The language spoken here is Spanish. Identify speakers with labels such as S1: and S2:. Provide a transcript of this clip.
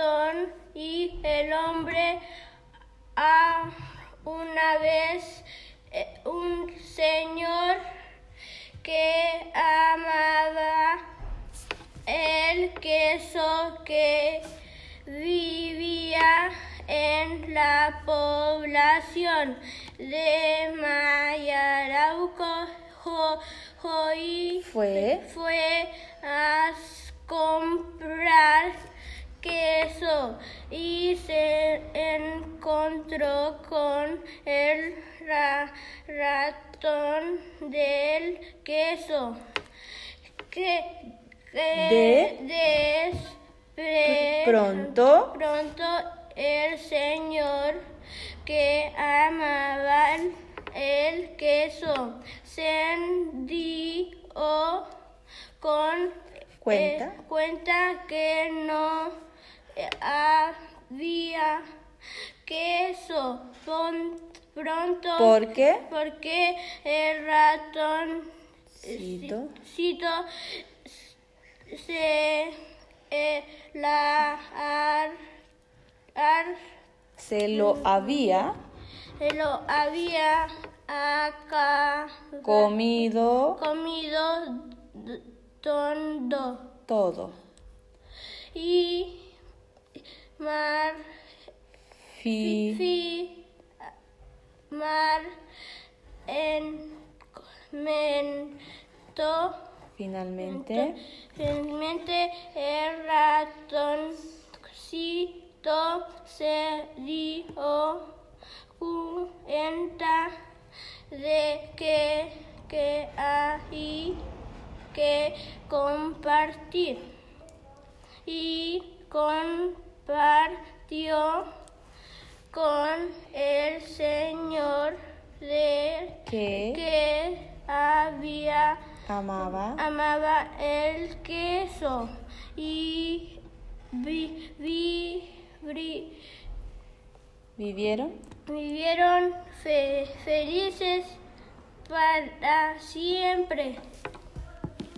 S1: Adán y el hombre a una vez eh, un señor que amaba el queso que vivía en la población de Mayarauco. Jo- Joí
S2: Fue.
S1: fue a s- comprar queso y se encontró con el ra- ratón del queso que, que despre-
S2: Pronto.
S1: Pronto el señor que amaba el- el queso se dio con
S2: Cuenta.
S1: eh, cuenta que no eh, había queso Pon- pronto
S2: ¿Por qué?
S1: porque el ratón
S2: Cito.
S1: Cito se eh, la ar, ar-
S2: Se lo había
S1: se lo había acá
S2: comido
S1: comido d- tondo
S2: todo.
S1: y mar
S2: Fi.
S1: fi- mar en mento
S2: Finalmente.
S1: Finalmente el ratoncito se dio cuenta de que, que hay que compartir y compartió con el señor de
S2: Que
S1: que había
S2: amaba
S1: amaba el queso y vi, vi- bri-
S2: vivieron
S1: vivieron fe- felices para siempre.